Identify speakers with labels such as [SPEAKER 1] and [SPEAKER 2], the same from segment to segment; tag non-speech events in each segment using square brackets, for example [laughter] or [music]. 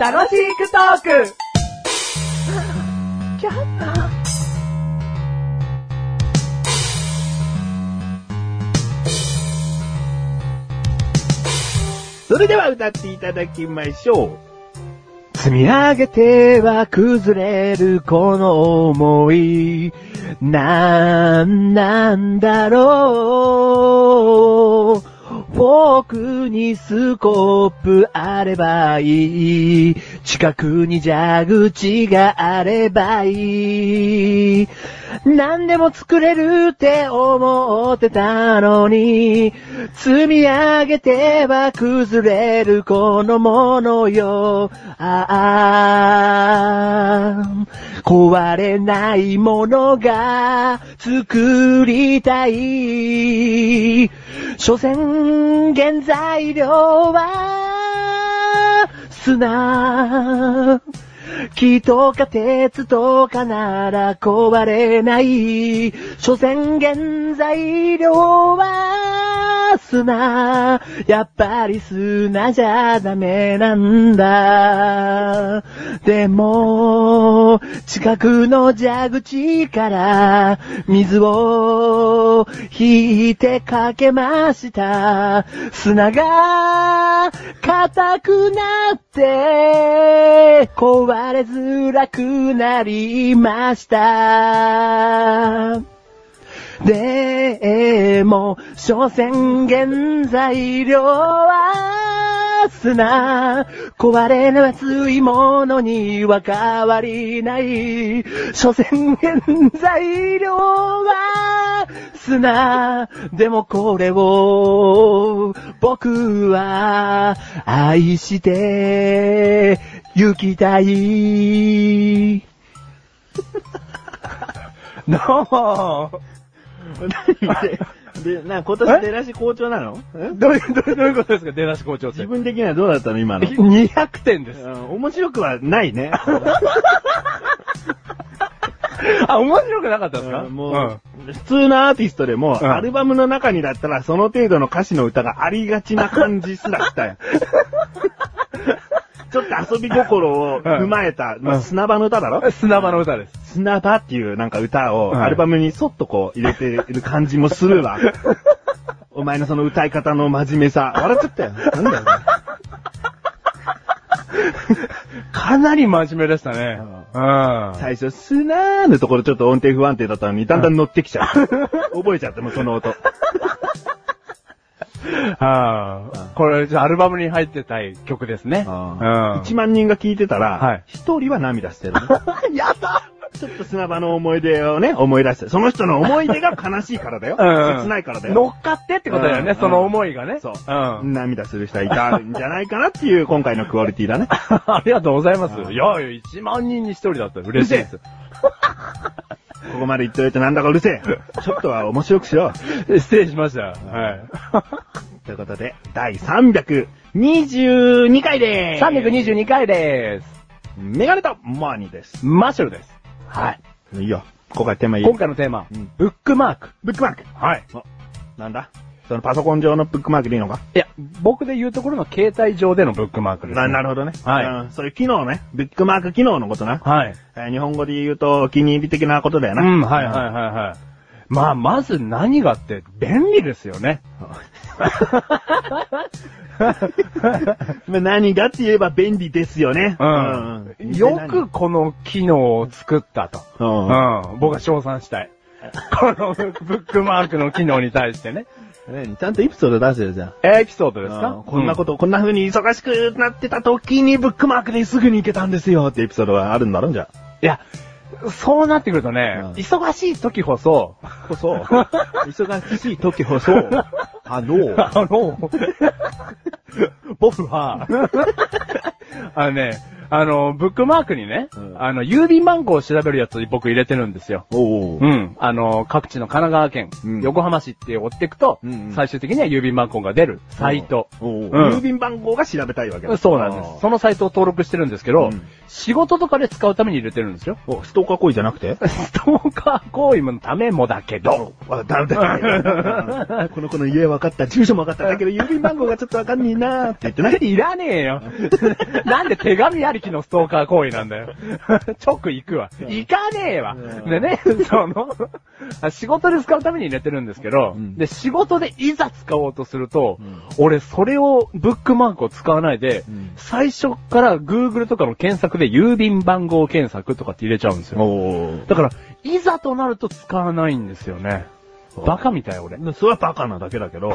[SPEAKER 1] 楽しくトーク
[SPEAKER 2] それでは歌っていただきましょう。積み上げては崩れるこの思い。なんなんだろう。フォークにスコープあればいい。近くに蛇口があればいい。何でも作れるって思ってたのに、積み上げては崩れるこのものよ。ああ、壊れないものが作りたい。所詮原材料は砂。木とか鉄とかなら壊れない。所詮原材料は砂。やっぱり砂じゃダメなんだ。でも、近くの蛇口から水を引いてかけました。砂が硬くなって壊れづらくなりました。でも、所詮原材料は砂。壊れる熱いものには変わりない。所詮原材料は砂。でもこれを僕は愛して行きたい。 [laughs] どうも
[SPEAKER 3] 何で、で、な、今年出だし好調なの
[SPEAKER 2] どういう、どういうどういうことですか出だし校長って
[SPEAKER 3] 自。分的にはどうだったの今
[SPEAKER 2] [laughs]
[SPEAKER 3] の。
[SPEAKER 2] 200点です
[SPEAKER 3] う。ん面白くはないね。
[SPEAKER 2] [laughs] あ、面白くなかったですか
[SPEAKER 3] うんもう、普通のアーティストでも、
[SPEAKER 2] うん
[SPEAKER 3] アルバムの中にだったら、その程度の歌詞の歌がありがちな感じすら
[SPEAKER 2] [laughs]
[SPEAKER 3] したよ。ちょっと遊び心を踏まえた、まあ砂場の歌だ
[SPEAKER 2] う
[SPEAKER 3] ろ
[SPEAKER 2] ん砂場の歌です。
[SPEAKER 3] 砂場っていうなんか歌を、
[SPEAKER 2] はい
[SPEAKER 3] アルバムにそっとこう入れてる感じもす
[SPEAKER 2] [laughs]
[SPEAKER 3] るわ。お前のその歌い方の真面目さ、笑っちゃったよ。なんだよお前。
[SPEAKER 2] かなり真面目でしたね。うん。
[SPEAKER 3] 最初、スナーのところちょっと音程不安定だったのに、だんだん乗ってきちゃう。覚えちゃってもうその音。
[SPEAKER 2] はいこれ、じゃあアルバムに入ってたい曲ですね。うん。
[SPEAKER 3] 1万人が聞いてた
[SPEAKER 2] はい
[SPEAKER 3] ら、1人は涙してる
[SPEAKER 2] [laughs]
[SPEAKER 3] ね。
[SPEAKER 2] やった
[SPEAKER 3] ちょっと砂場の思い出をね、思い出して、その人の思い出が悲しいからだよ。
[SPEAKER 2] うん
[SPEAKER 3] 切ないからだ
[SPEAKER 2] 乗
[SPEAKER 3] よ。
[SPEAKER 2] っかってってことだよね、
[SPEAKER 3] うん
[SPEAKER 2] その思いがね。
[SPEAKER 3] そう
[SPEAKER 2] うん。 [laughs]
[SPEAKER 3] 涙する人はいたんじゃないかなっていう今回のクオリティ
[SPEAKER 2] [laughs]
[SPEAKER 3] だね。
[SPEAKER 2] ありがとうございます。
[SPEAKER 3] うん
[SPEAKER 2] いやいや、1万人に1人だったら嬉しいです。
[SPEAKER 3] ここまで言っといてなんだかうるせえ。ちょっとは面白くしろ。
[SPEAKER 2] [laughs] 失礼しました。はい。
[SPEAKER 3] ということで、第322回でーす。
[SPEAKER 2] 322回でーす。
[SPEAKER 3] メガネとマーニーです。
[SPEAKER 2] マッシュルです。はい。
[SPEAKER 3] いいよ。今回テーマいい
[SPEAKER 2] 今回のテーマ、
[SPEAKER 3] うん
[SPEAKER 2] ブックマーク。
[SPEAKER 3] ブックマーク。
[SPEAKER 2] はい。
[SPEAKER 3] なんだそのパソコン上のブックマークでいいのか
[SPEAKER 2] いや、僕で言うところの携帯上でのブックマークです、
[SPEAKER 3] な、なるほどね。
[SPEAKER 2] はい
[SPEAKER 3] うん。そういう機能ね。ブックマーク機能のことな。
[SPEAKER 2] はい。
[SPEAKER 3] えー日本語で言うとお気に入り的なことだよ
[SPEAKER 2] う
[SPEAKER 3] な。
[SPEAKER 2] ん、はいはいはいはい。まあ、まず何がって便利ですよね。
[SPEAKER 3] [laughs] まあ何がって言えば便利ですよね。
[SPEAKER 2] うん。よく、この機能を作ったと。
[SPEAKER 3] うん
[SPEAKER 2] うん。僕は称賛したい。このブックマークの機能に対してね。
[SPEAKER 3] 何ちゃんとエピソード出せるじゃん。
[SPEAKER 2] エピソードです
[SPEAKER 3] うん
[SPEAKER 2] か
[SPEAKER 3] こんなこと、こんな風に忙しくなってた時にブックマークですぐに行けたんですよってエピソードはあるんだろうじゃ
[SPEAKER 2] と。いや、そうなってくるとね、
[SPEAKER 3] うん
[SPEAKER 2] 忙しい時こ
[SPEAKER 3] [laughs]
[SPEAKER 2] そ、
[SPEAKER 3] あ。こそ、忙しい時こそ、あ [laughs] の、
[SPEAKER 2] あ
[SPEAKER 3] [laughs]
[SPEAKER 2] の、僕は、あのね、
[SPEAKER 1] あの、ブックマークにね、
[SPEAKER 3] うん
[SPEAKER 1] あの、郵便番号を調べるやつ僕入れてるんですよ。
[SPEAKER 3] お
[SPEAKER 1] う
[SPEAKER 3] ー。
[SPEAKER 1] ん。あの、各地の神奈川県、
[SPEAKER 3] うん
[SPEAKER 1] 横浜市って追っていくと、
[SPEAKER 3] うんうん
[SPEAKER 1] 最終的には郵便番号が出るサイト。
[SPEAKER 3] おー
[SPEAKER 1] うん
[SPEAKER 3] 郵便番号が調べたいわけだ
[SPEAKER 1] そうなんです。そのサイトを登録してるんですけど、
[SPEAKER 3] うん
[SPEAKER 1] 仕事とかで使うために入れてるんですよ。 [laughs]
[SPEAKER 3] あーおストーカー行為じゃなくて
[SPEAKER 1] ストーカー行為のためもだけど、
[SPEAKER 3] わだんだんこの子の家分かった、住所も分かった。だけど郵便番号がちょっと分かんねえなーって言ってない。
[SPEAKER 1] [laughs] いらねえよ。 [laughs] なんで手紙ありきのストーカー行為なんだよ。 [laughs] 直行くわ。行かねえわ。
[SPEAKER 3] うん
[SPEAKER 1] でね、 [laughs] その、あ仕事で使うために入れてるんですけど、
[SPEAKER 3] うん
[SPEAKER 1] で、仕事でいざ使おうとすると、
[SPEAKER 3] うん
[SPEAKER 1] 俺それを、ブックマークを使わないで、
[SPEAKER 3] うん
[SPEAKER 1] 最初から Google とかの検索で郵便番号検索とかって入れちゃうんですよ。
[SPEAKER 3] おー
[SPEAKER 1] だから、いざとなると使わないんですよね。バカみたい俺。
[SPEAKER 3] それはバカなだけだ
[SPEAKER 1] [laughs]
[SPEAKER 3] けど。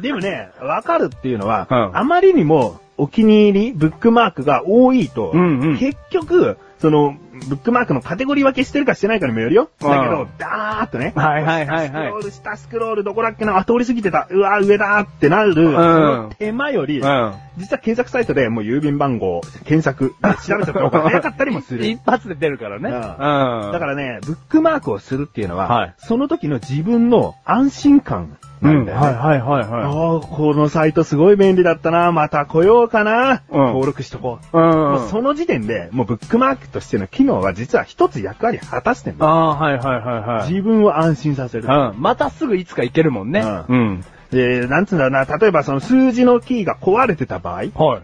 [SPEAKER 3] でもね、わかるっていうのは、
[SPEAKER 1] うん
[SPEAKER 3] あまりにもお気に入り、ブックマークが多いと、
[SPEAKER 1] うんうん
[SPEAKER 3] 結局、その、ブックマークのカテゴリー分けしてるかしてないかにもよるよ。
[SPEAKER 1] うん
[SPEAKER 3] だけど、ダーッとね、
[SPEAKER 1] はいはいはい
[SPEAKER 3] スクロ
[SPEAKER 1] は
[SPEAKER 3] ール、下スクロール、どこだっけな、あ、通り過ぎてた、うわ、上だーってなる、その手間より、
[SPEAKER 1] い。うん。
[SPEAKER 3] 実は検索サイトでもう郵便番号、検
[SPEAKER 1] [laughs]
[SPEAKER 3] 索、調べちゃった方が早かったりもする。
[SPEAKER 1] 一発で出るから
[SPEAKER 3] う
[SPEAKER 1] ね。
[SPEAKER 3] ん
[SPEAKER 1] うん。
[SPEAKER 3] だからね、ブックマークをするっていうのは、
[SPEAKER 1] はい
[SPEAKER 3] その時の自分の安心感なんだよね。
[SPEAKER 1] はいはいは
[SPEAKER 3] ああ、このサイトすごい便利だったな。また来ようかな。
[SPEAKER 1] うん
[SPEAKER 3] 登録しとこう。
[SPEAKER 1] い。うん
[SPEAKER 3] もうその時点で、もうブックマークとしての機能は実は一つ役割果たしてん
[SPEAKER 1] あ
[SPEAKER 3] だ。
[SPEAKER 1] あ、はいはいはいはい。
[SPEAKER 3] 自分を安心させる。
[SPEAKER 1] うん。またすぐいつか行けるもんね。。
[SPEAKER 3] うんで、なんつうんだろうな、例えばその数字のキーが壊れてた場合、例
[SPEAKER 1] はい。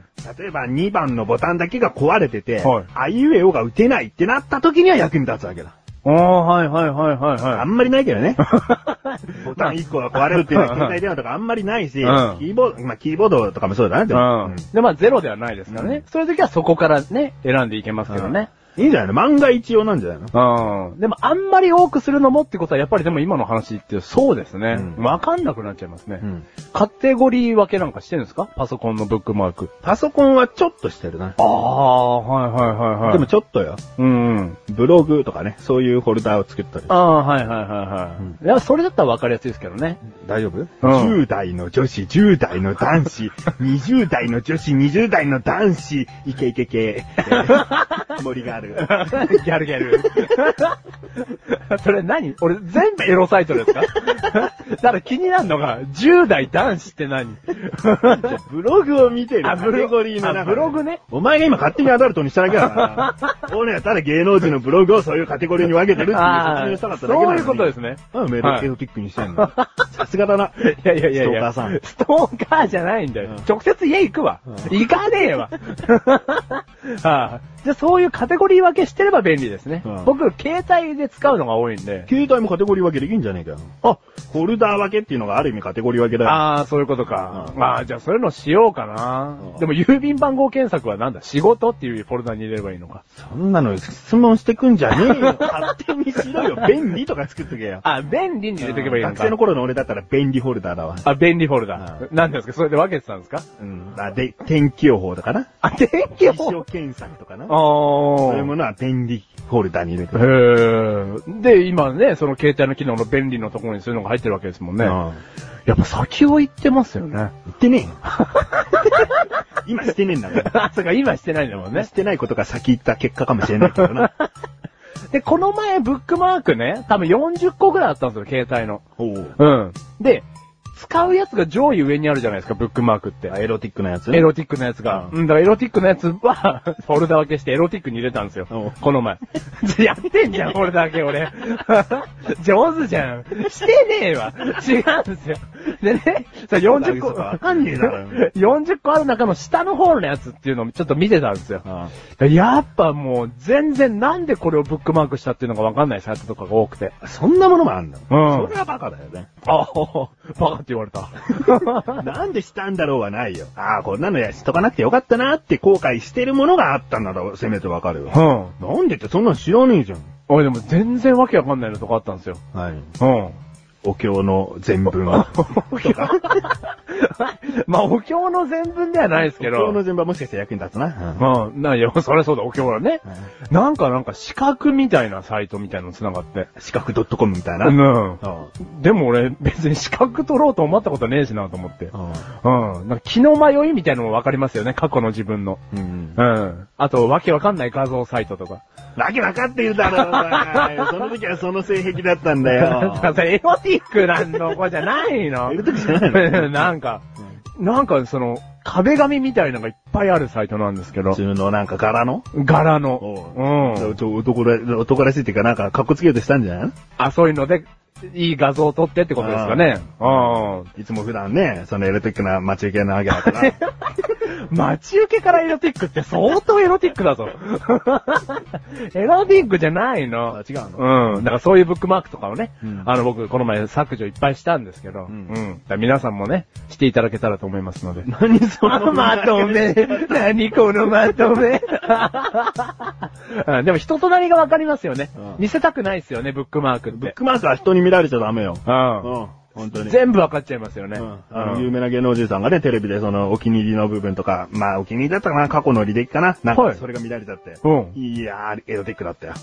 [SPEAKER 3] えば2番のボタンだけが壊れてて、
[SPEAKER 1] はい
[SPEAKER 3] あいうえおが打てないってなった時には役に立つわけだ。
[SPEAKER 1] ああ、はいはいはいはい
[SPEAKER 3] あ
[SPEAKER 1] は
[SPEAKER 3] ん
[SPEAKER 1] い。
[SPEAKER 3] まりないけど
[SPEAKER 1] [laughs]
[SPEAKER 3] ね。ボタン1個が壊れるっていうのは携帯電話とかあんまりないし、
[SPEAKER 1] [laughs] うん
[SPEAKER 3] キーボード、まあキーボードとかもそうだな、でも
[SPEAKER 1] うん。で、まあゼロではないですからね。
[SPEAKER 3] うん
[SPEAKER 1] そういう時はそこからね、選んでいけますけどね。
[SPEAKER 3] いいんじゃないの漫画一用なんじゃないの
[SPEAKER 1] うん。でもあんまり多くするのもってことはやっぱりでも今の話ってそうですね
[SPEAKER 3] うん。
[SPEAKER 1] わ、かんなくなっちゃいますね、
[SPEAKER 3] うん
[SPEAKER 1] カテゴリー分けなんかしてるんですかパソコンのブックマーク。
[SPEAKER 3] パソコンはちょっとしてるな。
[SPEAKER 1] ああ、はいはいはいはい。
[SPEAKER 3] でも、ちょっとよ。
[SPEAKER 1] うんうん。
[SPEAKER 3] ブログとかね、そういうフォルダを作ったり。
[SPEAKER 1] ああ、はいはいはいはい。いや、それだったら分かりやすいですけど [laughs] ね。
[SPEAKER 3] 大丈夫、?10 代の女子、10代の男
[SPEAKER 1] [laughs]
[SPEAKER 3] 子、20代の女子、20代の男子、イケイケ
[SPEAKER 1] [laughs]
[SPEAKER 3] 系、えー森がある。
[SPEAKER 1] ギャルギャル。それ何俺全部エロサイトです [laughs] かだから気になるのが、10代男子って何
[SPEAKER 3] ブログを見てる。
[SPEAKER 1] [laughs] あブロ
[SPEAKER 3] カテゴリーの中
[SPEAKER 1] あ
[SPEAKER 3] で
[SPEAKER 1] ブログね。
[SPEAKER 3] お前が今勝手にアダルトにしただけだから。 [laughs] 俺はただ芸能人のブログをそういうカテゴリーに分けてるっていう説明をしたかっただけな
[SPEAKER 1] そ
[SPEAKER 3] の
[SPEAKER 1] う
[SPEAKER 3] に
[SPEAKER 1] いうことです。ね。
[SPEAKER 3] うん、メ
[SPEAKER 1] は
[SPEAKER 3] ー
[SPEAKER 1] い
[SPEAKER 3] ルエロティックにしてんの。さすがだな。
[SPEAKER 1] いやいやいやい
[SPEAKER 3] ストー
[SPEAKER 1] や。
[SPEAKER 3] カーさん
[SPEAKER 1] ストーカーじゃないんだよ。
[SPEAKER 3] うん
[SPEAKER 1] 直接家行くわ。
[SPEAKER 3] うん
[SPEAKER 1] 行かねえわ。 [laughs] ああじゃあそういうカテゴリー分けしてれば便利ですね。
[SPEAKER 3] うん
[SPEAKER 1] 僕、携帯で使うのが多いんで。
[SPEAKER 3] 携帯もカテゴリー分けできんじゃねえかよ。あ、フォルダー分けっていうのがある意味カテゴリー分けだよ。
[SPEAKER 1] ああ、そういうことか。
[SPEAKER 3] うん
[SPEAKER 1] まあ、じゃあ、そういうのしようかな
[SPEAKER 3] う。ん
[SPEAKER 1] でも、郵便番号検索はなんだ仕事っていうフォルダに入れればいいのか。
[SPEAKER 3] そんなの質問してくんじゃねえよ。 [laughs] 勝手にしろよ。便利とか作っとけよ。
[SPEAKER 1] あ、便利に入れておけばいいの
[SPEAKER 3] 学生の
[SPEAKER 1] か。
[SPEAKER 3] 頃の俺だったら便利フォルダーだわ。
[SPEAKER 1] あ、便利フォルダ
[SPEAKER 3] う。
[SPEAKER 1] なんですかそれで分けてたんですか
[SPEAKER 3] うん。あで、天気予報とかな。
[SPEAKER 1] あ、天気
[SPEAKER 3] 気
[SPEAKER 1] 予
[SPEAKER 3] 象
[SPEAKER 1] 報
[SPEAKER 3] 検索とかな。
[SPEAKER 1] あ
[SPEAKER 3] そういう
[SPEAKER 1] ー
[SPEAKER 3] ものは便利フォルダーに入れてる。
[SPEAKER 1] へえ。で、今ね、その携帯の機能の便利のところにそういうのが入ってるわけですもんね。
[SPEAKER 3] うん
[SPEAKER 1] やっぱ先を行ってますよね。
[SPEAKER 3] 言ってねえよ。今してねえん [laughs] だから。
[SPEAKER 1] あ、そうか、今してないんだもんね
[SPEAKER 3] し。てないことが先行った結果かもしれないけど
[SPEAKER 1] [laughs]
[SPEAKER 3] な。
[SPEAKER 1] で、この前、ブックマークね、多分40個ぐらいあったんですよ、携帯の。
[SPEAKER 3] おう
[SPEAKER 1] うん。で、使うやつが上位上にあるじゃないですか、ブックマークって。
[SPEAKER 3] エロティックなやつ
[SPEAKER 1] エロティックなやつが。
[SPEAKER 3] う
[SPEAKER 1] うん、だからエロティックなやつは、 [laughs] フォルダ分けしてエロティックに入れたんですよ
[SPEAKER 3] おう。
[SPEAKER 1] この前。 [laughs] やってんじゃん、俺だけ俺。 [laughs] 上手じゃん。してねえわ。違うんですよ。でね、さ40個、
[SPEAKER 3] わかんねえだろ
[SPEAKER 1] 40個ある中の下の方のやつっていうのをちょっと見てたんですよ。
[SPEAKER 3] あ
[SPEAKER 1] やっぱもう全然なんでこれをブックマークしたっていうのがわかんないサイトとかが多くて。
[SPEAKER 3] あそんなものもあんだ。
[SPEAKER 1] う
[SPEAKER 3] そ
[SPEAKER 1] ん
[SPEAKER 3] れはバカだよね。
[SPEAKER 1] ああ、バカって言われ [laughs] た。
[SPEAKER 3] なんでしたんだろうはないよ。ああ、こんなのやしとかなくてよかったなって後悔してるものがあったんならせめてわかる
[SPEAKER 1] [laughs]
[SPEAKER 3] よ。
[SPEAKER 1] うん。
[SPEAKER 3] なんでってそんなの知らねえじゃん。
[SPEAKER 1] 俺でも全然わけわかんないのとかあったんですよ。
[SPEAKER 3] はい。
[SPEAKER 1] うん。
[SPEAKER 3] お経の全文は。
[SPEAKER 1] まあ、お経の全文では [laughs] ないですけ
[SPEAKER 3] 今日の
[SPEAKER 1] ど。
[SPEAKER 3] 順番もしかして役に立つな。うん
[SPEAKER 1] まあ、なんや、そりゃそうだ、お経はね
[SPEAKER 3] う。ん
[SPEAKER 1] なんかなんか資格みたいなサイトみたいなの繋がって。
[SPEAKER 3] 四角 .com みたいな。
[SPEAKER 1] うん。
[SPEAKER 3] うん
[SPEAKER 1] でも俺、別に資格取ろうと思ったことねえしなと思って。うん。なんか気の迷いみたいなのもわかりますよね、過去の自分の。
[SPEAKER 3] うん。
[SPEAKER 1] うん。あと、わけわかんない画像サイトとか。
[SPEAKER 3] わけわかってるだろう
[SPEAKER 1] [laughs]
[SPEAKER 3] が、その時はその性癖だったんだよ。
[SPEAKER 1] だからエロティックなの子じゃないの
[SPEAKER 3] エロティックじゃないの
[SPEAKER 1] [laughs] なんか、なんかその、壁紙みたいなのがいっぱいあるサイトなんですけど
[SPEAKER 3] 普。通のなんか柄の
[SPEAKER 1] 柄
[SPEAKER 3] お
[SPEAKER 1] の。うん。
[SPEAKER 3] ちょ男ら、男らしいっていうかなんか、かっこつけようとしたんじゃない
[SPEAKER 1] あ、そういうので、いい画像を撮ってってことですかね。う
[SPEAKER 3] いつも普段ね、そのエロティックな待ち受けなわけだから。 [laughs]
[SPEAKER 1] ん。待ち受けからエロティックって相当エロティックだぞ。 [laughs] エロティックじゃないの。
[SPEAKER 3] あ違うの
[SPEAKER 1] うん。だからそういうブックマークとかをね、
[SPEAKER 3] うん
[SPEAKER 1] あの僕この前削除いっぱいしたんですけど、
[SPEAKER 3] う
[SPEAKER 1] うんん。だから皆さんもね、していただけたらと思いますので。
[SPEAKER 3] [laughs] 何その。
[SPEAKER 1] ま
[SPEAKER 3] [laughs]
[SPEAKER 1] とめ。何このまとめ。 [laughs] うんでも人となりがわかりますよね
[SPEAKER 3] うん。
[SPEAKER 1] 見せたくないですよね、ブックマークっ
[SPEAKER 3] ブッ
[SPEAKER 1] て。
[SPEAKER 3] クマークは人に見られちゃダメよ。
[SPEAKER 1] う
[SPEAKER 3] うん。
[SPEAKER 1] ん。
[SPEAKER 3] 本当に。
[SPEAKER 1] 全部わかっちゃいますよね。
[SPEAKER 3] うんあの
[SPEAKER 1] うん
[SPEAKER 3] 有名な芸能人さんがね、テレビでそのお気に入りの部分とか、まあお気に入りだったかな、過去の履歴かな、なん
[SPEAKER 1] は
[SPEAKER 3] か
[SPEAKER 1] い
[SPEAKER 3] それが見られちゃって。
[SPEAKER 1] うん
[SPEAKER 3] いやー、エロティックだったよ。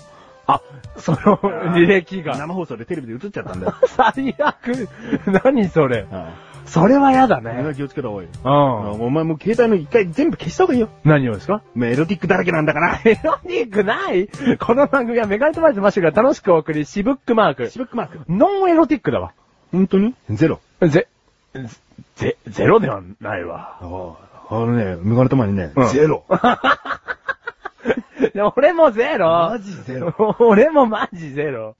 [SPEAKER 1] あ、その履歴が。
[SPEAKER 3] 生放送でテレビで映っちゃったんだ [laughs] よ。
[SPEAKER 1] [laughs] 最悪。何それ
[SPEAKER 3] う。ん
[SPEAKER 1] それは嫌だ
[SPEAKER 3] みんな
[SPEAKER 1] ね。
[SPEAKER 3] 気をつけた方がいいよ。
[SPEAKER 1] う
[SPEAKER 3] あの
[SPEAKER 1] ん。
[SPEAKER 3] お前もう携帯の一回全部消した方がいいよ。
[SPEAKER 1] 何をですか
[SPEAKER 3] メロディックだらけなんだから。
[SPEAKER 1] エロニックないこの番組はメガネとマイズマッシュルが楽しくお送り、シブックマーク
[SPEAKER 3] シ。ブックマーク。
[SPEAKER 1] ノンエロティックだわ。
[SPEAKER 3] 本当にゼロ。
[SPEAKER 1] ぜ、ぜ、ゼロではないわ。
[SPEAKER 3] あのね、メガネとまにね、
[SPEAKER 1] うん
[SPEAKER 3] ゼロ。
[SPEAKER 1] 俺もゼロ
[SPEAKER 3] マジゼロ。
[SPEAKER 1] [laughs] 俺もマジゼロ。